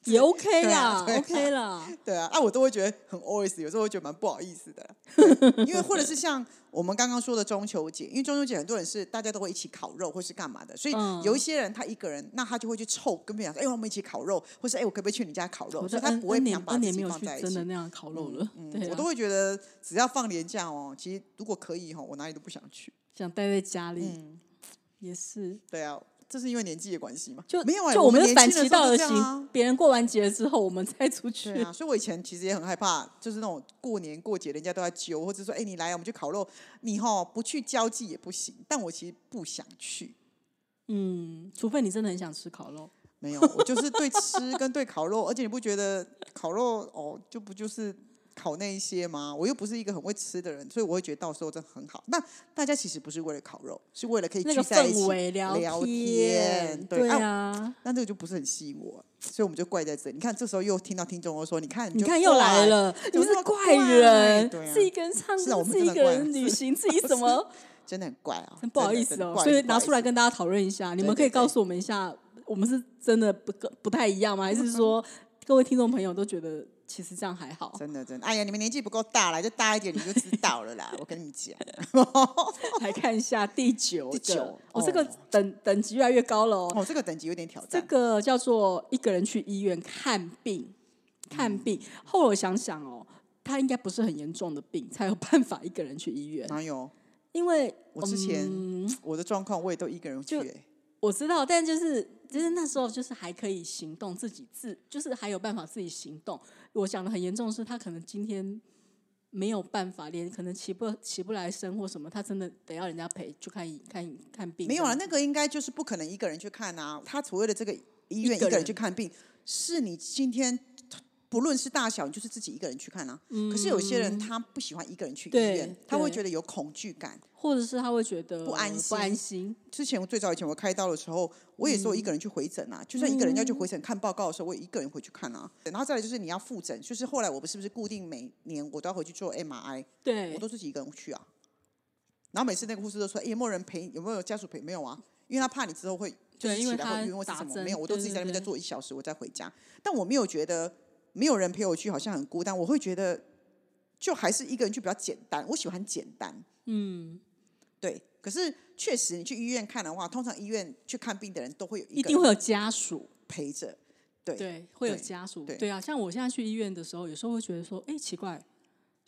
B: 也 OK
A: 对
B: 啦
A: 啊对啊
B: ，OK 啦，
A: 对啊，啊，我都会觉得很 always，有时候会觉得蛮不好意思的， 对因为或者是像我们刚刚说的中秋节，因为中秋节很多人是大家都会一起烤肉或是干嘛的，所以
B: 嗯
A: 有一些人他一个人，那他就会去凑跟别人讲说，哎、我们一起烤肉，或是哎、我可不可以去你家烤肉？
B: 我
A: 所以他
B: 在 N
A: 不会
B: N
A: 想
B: 年
A: 把自
B: N 年没
A: 己
B: 有
A: 放
B: 去
A: 在一
B: 真
A: 起嗯
B: 的。那样烤肉了，对、啊，
A: 我都会觉得只要放年假哦，其实如果可以哈、我哪里都不想去。
B: 想待在家里，
A: 嗯
B: 也是。
A: 对啊，这是因为年纪的关系嘛？
B: 就
A: 没有、哎，
B: 就
A: 我
B: 们
A: 年
B: 反
A: 轻的
B: 其
A: 时候
B: 道
A: 就
B: 而
A: 这样啊
B: 行，别人过完节之后，我们再出去。
A: 对啊，所以我以前其实也很害怕，就是那种过年过节人家都在揪，或者说哎、你来啊，我们去烤肉，你哈不去交际也不行。但我其实不想去，
B: 嗯，除非你真的很想吃烤肉，
A: 没有，我就是对吃跟对烤肉，而且你不觉得烤肉哦就不就是烤那一些吗？我又不是一个很会吃的人，所以我会觉得到时候真的很好。那大家其实不是为了烤肉，是为了可以
B: 那
A: 聚
B: 个
A: 在一起
B: 氛围
A: 聊
B: 天，
A: 对啊
B: 啊。
A: 那这个就不是很吸引我，所以我们就怪在这里。你看，这时候又听到听众又说：“你看，
B: 你
A: 就
B: 看又来
A: 怪
B: 了，
A: 怎
B: 你
A: 么那
B: 是
A: 么
B: 怪人，
A: 对啊
B: 自己一个人唱
A: 是啊
B: 歌，
A: 我们
B: 自己一
A: 真的
B: 个
A: 怪
B: 人旅 行，自己怎么
A: 真的很怪啊，
B: 很不好
A: 真的
B: 意
A: 真
B: 思
A: 的
B: 哦
A: 不，好
B: 所
A: 意
B: 以
A: 思不
B: 拿
A: 好
B: 出
A: 意
B: 来
A: 思
B: 跟大家讨论一下。你
A: 对
B: 们
A: 对
B: 可以告
A: 对
B: 诉我们一下，我们是真的不个不太一样吗？还是说各位听众朋友都觉得其实这样还好，
A: 真的真的，哎呀，你们年纪不够大啦，就大一点你就知道了啦。我跟你们讲，
B: 来看一下第九个，
A: 第九
B: 哦，这个
A: 哦
B: 等等级越来越高了 哦。
A: 哦，这个等级有点挑
B: 这
A: 战。
B: 个叫做一个人去医院看病，看病。后来我想想哦，他应该不是很严重的病，才有办法一个人去医院。
A: 哪有？
B: 因为
A: 哎我之前
B: 嗯
A: 我的状况我也都一个人去、
B: 就
A: 欸
B: 我知道，但就是就是那时候就是还可以行动，自己自就是还有办法自己行动。我想的很严重的是，他可能今天没有办法，连可能起不起不来身或什么，他真的得要人家陪去看医看看病。
A: 没有啊，
B: 这样
A: 那个应该就是不可能一个人去看啊。他所谓的这个医院
B: 一
A: 一个
B: 个人
A: 人去看病，是你今天不论是大小，你就是自己一个人去看啊。可是有些人他不喜欢一个人去医
B: 嗯对
A: 院，他会
B: 对
A: 觉得有恐惧感。
B: 或者是他会觉得
A: 不安
B: 不
A: 心
B: 安心。
A: 之前我最早以前我开刀的时候，我也是我一个人去回诊啊，就算一个人要去回诊看报告的时候，我也一个人回去看啊。然后再来就是你要复诊，就是后来我们是不是固定每年我都要回去做 MRI，
B: 对
A: 我，都自己一个人去啊。然后每次那个护士都说：“哎、有没有人陪？有没有家属陪？没有啊，因为他怕你之后会就是
B: 对因为
A: 起来
B: 他
A: 会晕或是什
B: 打
A: 么，
B: 针
A: 没有，我都
B: 对
A: 自己
B: 对
A: 在那边
B: 对
A: 再坐一小时，我再回家。但我没有觉得没有人陪我去好像很孤单，我会觉得就还是一个人去比较简单，我喜欢简单。
B: 嗯，
A: 对，可是确实你去医院看的话，通常医院去看病的人都会有
B: 一
A: 个
B: 定
A: 人
B: 会有家属，
A: 陪着，对
B: 对，会有
A: 对
B: 家属，
A: 对
B: 对啊。像我现在去医院的时候，有时候会觉得说，哎，奇怪，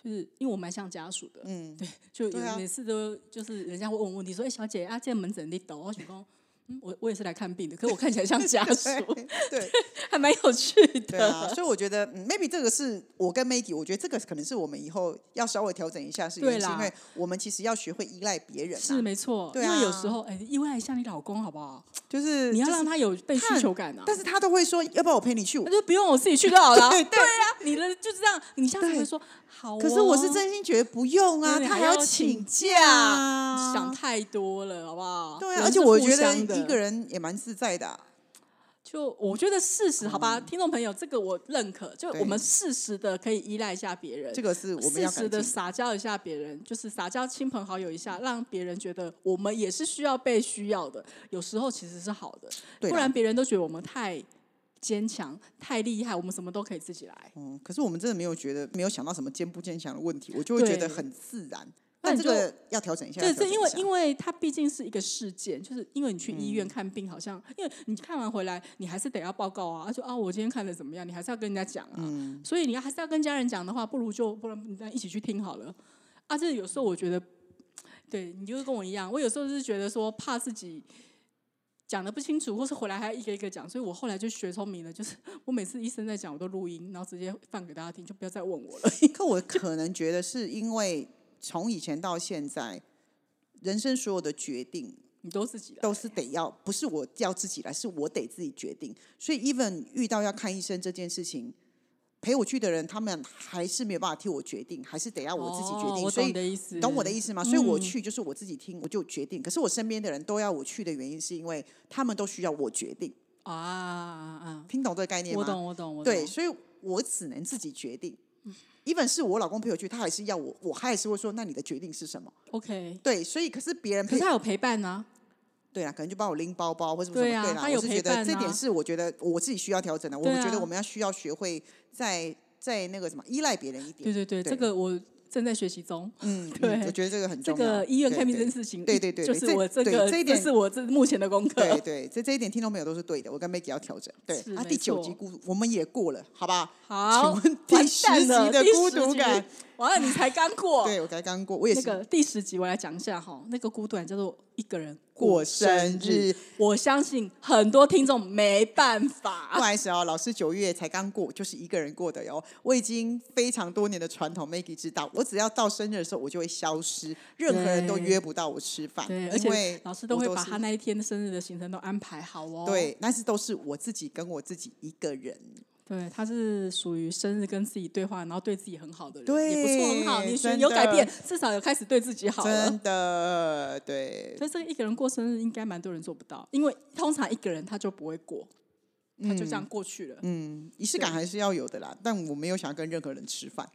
B: 就是因为我蛮像家属的，
A: 嗯，
B: 就
A: 对
B: 有
A: 啊
B: 每次都就是人家会问我问题，说，哎，小姐啊，这门诊你懂？我想说，嗯，我我也是来看病的，可是我看起来像家属，
A: 对对
B: 还蛮有趣
A: 对 啊，
B: 的。
A: 所以我觉得、嗯、maybe 这个是我跟 Maggie，我觉得这个可能是我们以后要稍微调整一下，是
B: 对
A: 原因是
B: 啦
A: 因为我们其实要学会依赖别人、啊，
B: 是没错，因
A: 对啊
B: 为有时候哎，意外一下你老公好不好？
A: 就是
B: 你要让
A: 他、
B: 他有被需
A: 看
B: 求感啊。
A: 但是他都会说，要不要我陪你去
B: 那？就不用我自己去就好了。
A: 对
B: 对啊，你的就是这样，你下次
A: 对
B: 会说好哦。
A: 可是我是真心觉得不用啊，
B: 对
A: 他
B: 还
A: 要
B: 要请
A: 假啊，
B: 想太多了，好不好？
A: 对啊，
B: 人
A: 而且
B: 是
A: 我
B: 互
A: 觉得
B: 相的
A: 一个人也蛮自在的啊、
B: 就我觉得事实，好吧，听众朋友，这个我认可，就
A: 嗯对
B: 我们适时的可以依赖一下别人，
A: 这个是我们
B: 适
A: 要改
B: 时
A: 进
B: 呃的撒娇一下别人，就是撒娇亲朋好友一下，让别人觉得我们也是需要被需要的，有时候其实是好的，
A: 对啦啊
B: 不然别人都觉得我们太坚强、太厉害，我们什么都可以自己来。
A: 嗯，可是我们真的没有觉得没有想到什么坚不坚强的问题，我就会觉得
B: 对
A: 很自然。
B: 那
A: 但
B: 你
A: 这个要调整一下，
B: 对，
A: 要调
B: 这
A: 整
B: 因为
A: 一下
B: 因为它毕竟是一个事件，就是因为你去
A: 嗯
B: 医院看病，好像、因为你看完回来，你还是得要报告啊，而且啊，我今天看的怎么样，你还是要跟人家讲啊。
A: 嗯
B: 所以你还是要跟家人讲的话，不如就不然你再一起去听好了。啊，这有时候我觉得，对你就是跟我一样，我有时候就是觉得说怕自己。讲的不清楚，或是回来还要一个一个讲，所以我后来就学聪明了，就是 我每次医生在讲，我都录音，然后直接放给大家听，就不要再问我了。
A: 可我可能觉得是因为从以前到现在，人生所有的决定
B: 你都自己来，
A: 都是得要，不是我要自己来，是我得自己决定。所以，even 遇到要看医生这件事情，陪我去的人，他们还是没有办法替我决定，还是得要我自己决
B: 哦
A: 定。
B: 我
A: 所
B: 懂
A: 以
B: 你，的意思，嗯
A: 懂我的意思吗？所以我去就是我自己听，我就决定。可是我身边的人都要我去的原因，是因为他们都需要我决定。
B: 啊啊！
A: 听懂这个概念吗？
B: 我懂，我懂，我懂。
A: 对，所以我只能自己决定。even
B: 嗯
A: 是我老公陪我去，他还是要我，我还是会说，那你的决定是什么？
B: ，OK。
A: 对，所以可是别人
B: 可
A: 陪
B: 是，他有陪伴啊，
A: 对啦，可能就帮我拎包包或者什么
B: 对
A: 什
B: 啊
A: 么，对
B: 他
A: 啦，
B: 有
A: 我是觉
B: 陪伴
A: 得
B: 啊
A: 这点是我觉得我自己需要调整的。我
B: 对啊
A: 们觉得我们要需要学会在在那个什么依赖别人一
B: 对
A: 点。
B: 对对，
A: 对
B: 这个我正在学习中。
A: 嗯，
B: 对
A: 嗯我觉得这个很
B: 这
A: 重要。
B: 个医院看病这
A: 对
B: 件
A: 对
B: 事情，
A: 对对对
B: 就
A: 对
B: 是
A: 这
B: 我这
A: 对
B: 个，
A: 这一
B: 这
A: 点
B: 是我这目前的功课。
A: 对对，这这一点听众朋友都是对的，我跟 Maggie 要调整。对
B: 是
A: 啊，
B: 没
A: 第九
B: 错
A: 集孤独我们也过了，好吧？
B: 好，
A: 请问
B: 完
A: 第十
B: 蛋
A: 集
B: 了
A: 的
B: 第
A: 孤
B: 十
A: 独
B: 集
A: 感？
B: 完了，你才刚 过。
A: 对我才刚过，我也
B: 那
A: 是
B: 个第十集，我来讲一下哈，那个孤独感叫做一个人
A: 过生
B: 日
A: 日。
B: 我相信很多听众没办
A: 不
B: 法，
A: 好意思哦，老师九月才刚过，就是一个人过的哟。我已经非常多年的传统，Maggie 知道，我只要到生日的时候，我就会消失，任何人都
B: 对
A: 约不到我吃饭，
B: 对，
A: 因
B: 而且
A: 为
B: 老师都
A: 我
B: 会
A: 是
B: 把他那一天的生日的行程都安排好哦。
A: 对，但是都是我自己跟我自己一个人，
B: 对，他是属于生日跟自己对话，然后对自己很好的人，
A: 对
B: 也不错，很好。你选
A: 真
B: 有改
A: 的
B: 变，至少有开始对自己好了
A: 真。的对，
B: 所以这个一个人过生日，应该蛮多人做不到，因为通常一个人他就不会过，他就这样过去了。嗯，
A: 仪式感还是要有的啦。但我没有想要跟任何人吃饭，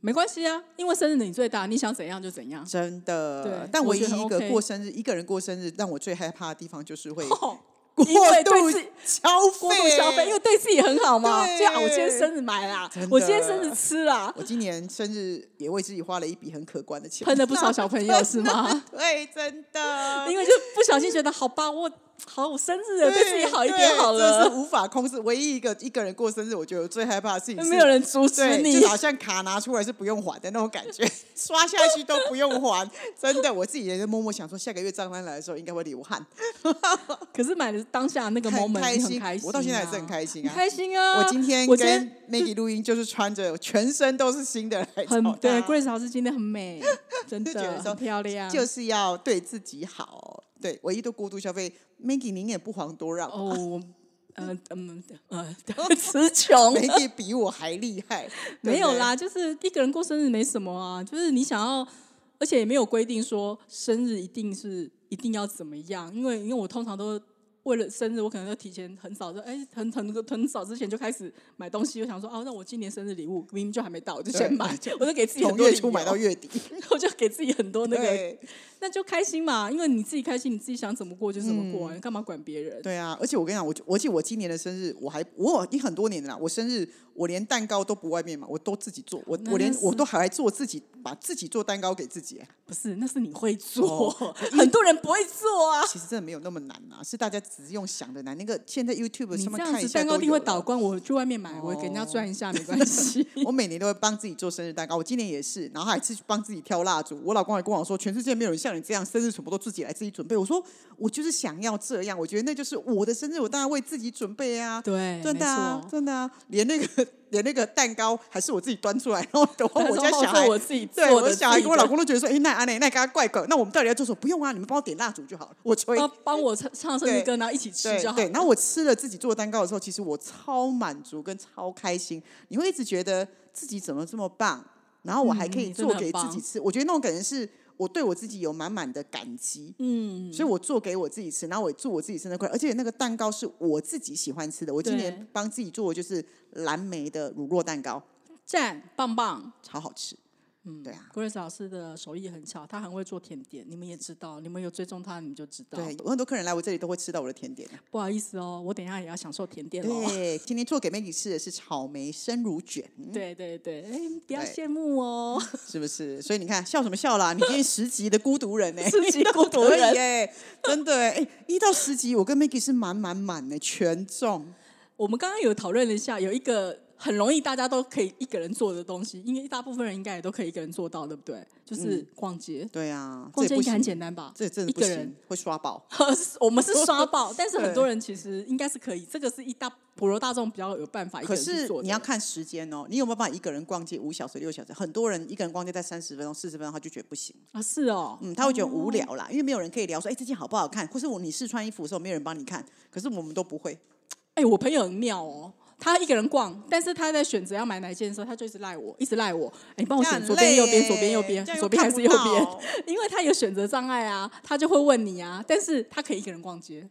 B: 没关系啊，因为生日你最大，你想怎样就怎 样。
A: 真的
B: 对。
A: 但
B: 我
A: 唯一
B: 觉得
A: 一个
B: OK
A: 过生日，一个人过生日，让我最害怕的地方就是会
B: 哦
A: 过
B: 因为对
A: 度
B: 自
A: 消费，
B: 过度消费，因为对自己很好嘛。
A: 对
B: 就啊，我今天生日买啦
A: 真的，
B: 我今天生日吃啦，
A: 我今年生日也为自己花了一笔很可观的钱，
B: 喷了不 少小朋友是吗？
A: 对，真的，
B: 因为就不小心觉得好吧，我好我生日了，对自己好一点
A: 对
B: 好
A: 这是
B: 了，
A: 无法控制。唯一一个一个人过生日，我觉得我最害怕的事情是
B: 没有人阻止
A: 对，
B: 你
A: 就。好像卡拿出来是不用还的那种感觉， 刷下去都不用还。真的，我自己也在默默想说，下个月账单来的时候应该会流汗，
B: 可是买的当下那个
A: 很
B: moment
A: 开
B: 你很
A: 心。
B: 开心啊，
A: 我到现在还是很开心啊。
B: 开心啊！
A: 我今天
B: 我今天
A: 跟 Maggie 录音，就是穿着全身都是新的来
B: 很
A: 找
B: 对
A: 她
B: ，Grace 老师今天 很美，真
A: 就觉得
B: 的
A: 说
B: 很漂亮。
A: 就是要对自己好。对，唯一的过度消费，Maggie 您也不遑多让。
B: 哦，我嗯嗯呃， 词穷
A: Maggie 比我还厉 害，
B: 没有
A: 对不对
B: 啦，就是一个人过生日没什么啊，就是你想要，而且也没有规定说生日一定是一定要怎么样，因为因为我通常都。为了生日，我可能就提前很早就哎、很很很早之前就开始买东西，我想说哦，那我今年生日礼物明明就还没到，我就先
A: 对
B: 买，我就给自己
A: 从
B: 很多
A: 月
B: 理
A: 初
B: 由，
A: 买到月底，
B: 我就给自己很多那个
A: 对
B: 那就开心嘛，因为你自己开心，你自己想怎么过就怎么过、啊，你干嘛管别人？
A: 嗯对啊，而且我跟你讲，我就我记得我今年的生日，我还我已经很多年了啦，我生日我连蛋糕都不外面买，我都自己做，我
B: 哦那
A: 我连
B: 那是
A: 我都还做自己把自己做蛋糕给自己，
B: 不是，那是你会做，
A: 哦
B: 很多人不会做啊。
A: 其实真的没有那么难啊，是大家只是用想的难。那个现在 YouTube
B: 你
A: 上
B: 这
A: 面
B: 样
A: 看一
B: 子
A: 下
B: 蛋
A: 都
B: 糕店
A: 有
B: 会
A: 了哦
B: 倒关，我去外面买，我给人家赚一下没关 系。
A: 我每年都会帮自己做生日蛋糕，我今年也是，然后还去帮自己挑蜡烛。我老公还跟我说，全世界没有人像你这样，生日全部都自己来自己准备。我说我就是想要这样，我觉得那就是我的生日，我当然为自己准备啊。
B: 对，
A: 真的
B: 没
A: 啊，
B: 错。
A: 真的啊，连那个连那个蛋糕还是我自己端出来，然后等
B: 但是
A: 哦我家
B: 后
A: 小
B: 做
A: 孩，
B: 哦我自己做
A: 对
B: 的，
A: 我的小孩跟我老
B: 自己
A: 公都觉得说，哎，那阿奶那刚怪怪，那我们到底要做什么？不用啊，你们帮我点蜡烛就好了，我吹
B: 的。帮帮我唱唱生日歌，然后一起吃
A: 对
B: 就好
A: 对，。然后我吃了自己做的蛋糕的时候，其实我超满足跟超开心。你会一直觉得自己怎么这么棒，然后我还可以
B: 嗯
A: 做
B: 真的很
A: 给自
B: 棒
A: 己吃。我觉得那种感觉是我对我自己有满满的感激，
B: 嗯，
A: 所以我做给我自己吃，然后我也祝我自己生日快乐。而且那个蛋糕是我自己喜欢吃的，我今年
B: 对
A: 帮自己做的就是蓝莓的乳酪蛋糕，
B: 赞，棒棒。
A: 超好吃。嗯，对啊。
B: Grace 老师的手艺很巧，他很会做甜点，你们也知道，你们有追踪他，你们就知道。
A: 对，我很多客人来我这里都会吃到我的甜点。
B: 不好意思哦，我等一下也要享受甜点哦。
A: 对，今天做给 Maggie 吃的是草莓生乳卷。
B: 对对对，哎，不要
A: 对
B: 羡慕哦。
A: 是不是？所以你看，笑什么笑啦？你今天十级的孤独人呢、
B: 十级孤独
A: 可以
B: 人
A: 耶、真的哎、欸一到十级，我跟 Maggie 是满满满的全中，
B: 我们刚刚有讨论了一下，有一个很容易大家都可以一个人做的东西，应该大部分人应该也都可以一个人做到，对不对？就是逛街，
A: 对啊，嗯这
B: 逛
A: 也
B: 街
A: 不
B: 应该很
A: 行，
B: 简单吧？
A: 这真的
B: 一
A: 不
B: 个人啊
A: 行，，会刷爆。
B: 我们是 刷爆，但是
A: 对
B: 很多人其实应该是可以，这个是一大普罗大众比较有办法一个
A: 可
B: 人去
A: 是
B: 做的。
A: 你要看时间哦，你有没有办法一个人逛街五小时、六小时？很多人一个人逛街在三十分钟、四十分钟，他就觉得不行，
B: 啊，是哦，
A: 嗯，他会觉得无聊啦，因为没有人可以聊说，哎、这件好不好看，或是我你试穿衣服的时候，没有人帮你看，可是我们都不会，
B: 哎，我朋友很妙哦。他一个人逛，但是他在选择要买哪一件的时候，他就一直赖我，一直赖我。哎，帮我
A: 这样很
B: 选左边、
A: 累
B: 右边、
A: 耶
B: 左边、右边
A: 这样，又
B: 左边还
A: 看
B: 是
A: 不
B: 右边？
A: 到
B: 因为他有选择障碍啊，他就会问你啊，但是他可以一个人逛街，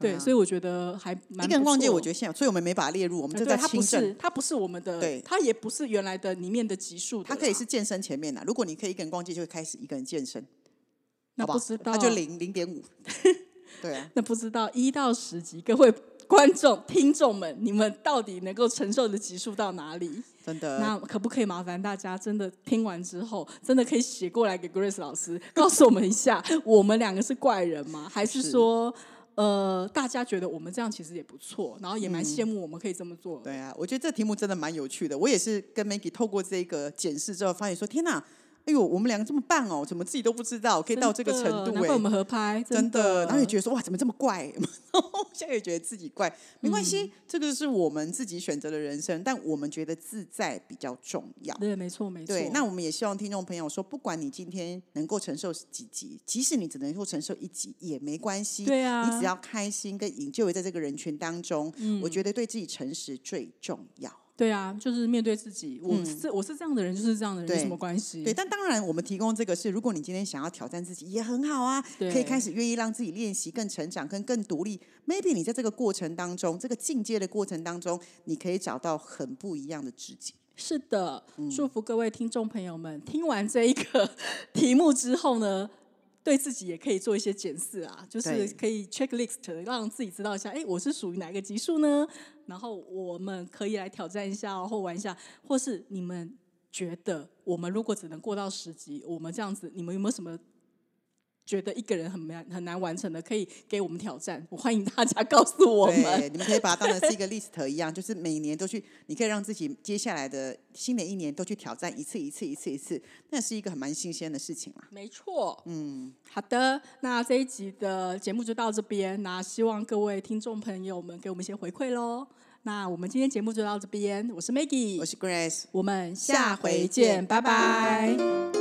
B: 对，
A: 对啊
B: 所以我觉得还蛮
A: 一个人逛街，我觉
B: 得。
A: 得现在，所以我们没把它列入，我们
B: 对
A: 就
B: 对，
A: 在
B: 他不
A: 轻症
B: 是，他不是我们的，
A: 对
B: 他也不是原来的里面的级数的
A: 它
B: 啦。
A: 可以是健身前面的。啊如果你可以一个人逛街，就会开始一个人健身，
B: 那
A: 好不
B: 不
A: 好？
B: 知道，
A: 那就零零点五。 对啊，
B: 那不知道一到十级，各位观众听众们，你们到底能够承受的级数到哪里？
A: 真的。
B: 那可不可以麻烦大家，真的听完之后，真的可以写过来给 Grace 老师，告诉我们一下， 我们两个是怪人吗？还是
A: 是
B: 说，呃，大家觉得我们这样其实也不错，然后也蛮羡慕我们可以这么做。
A: 嗯对啊，我觉得这题目真的蛮有趣的。我也是跟 Maggie 透过这个检视之后，发现说：天哪，哎呦，我们两个这么棒哦，怎么自己都不知道，可以到这个程
B: 真的
A: 度
B: 难怪我
A: 哎、
B: 们合拍，
A: 真
B: 的，
A: 然后也觉得说哇，怎么这么怪？ 然后现在也觉得自己怪，没关
B: 嗯
A: 系，这个是我们自己选择的人生，但我们觉得自在比较重要。
B: 对，没错，没错。
A: 对，那我们也希望听众朋友说，不管你今天能够承受几集，即使你只能够承受一集也没关系，
B: 对啊嗯
A: 你只要开心跟引咎在这个人群当中，我觉得对自己诚实最重要。
B: 对啊，就是面对自己，我是、我是这样的人，就是这样的人，
A: 嗯对
B: 有什么关系？
A: 对，但当然，我们提供这个是，如果你今天想要挑战自己，也很好啊，
B: 对
A: 可以开始愿意让自己练习、更成长、跟更独立。Maybe 你在这个过程当中，这个进阶的过程当中，你可以找到很不一样的自己。
B: 是
A: 嗯
B: 的，祝福各位听众朋友们听完这一个题目之后呢，对自己也可以做一些检视啊，就是
A: 对
B: 可以 checklist 让自己知道一下，哎，我是属于哪一个级数呢？然后我们可以来挑战一下哦、或玩一下，或是你们觉得我们如果只能过到十级，我们这样子，你们有没有什么？觉得一个人很难很难完成的，可以给我们挑战。我欢迎大家告诉我们。
A: 对，你们可以把它当成是一个 list 一样，就是每年都去，你可以让自己接下来的新的一年都去挑战一次一次一次一次，那是一个很蛮新鲜的事情啦。
B: 没错，嗯，好的，那这一集的节目就到这边，那希望各位听众朋友们给我们一些回馈喽。那我们今天节目就到这边，我是 Maggie，
A: 我是 Grace，
B: 我们下回见，拜拜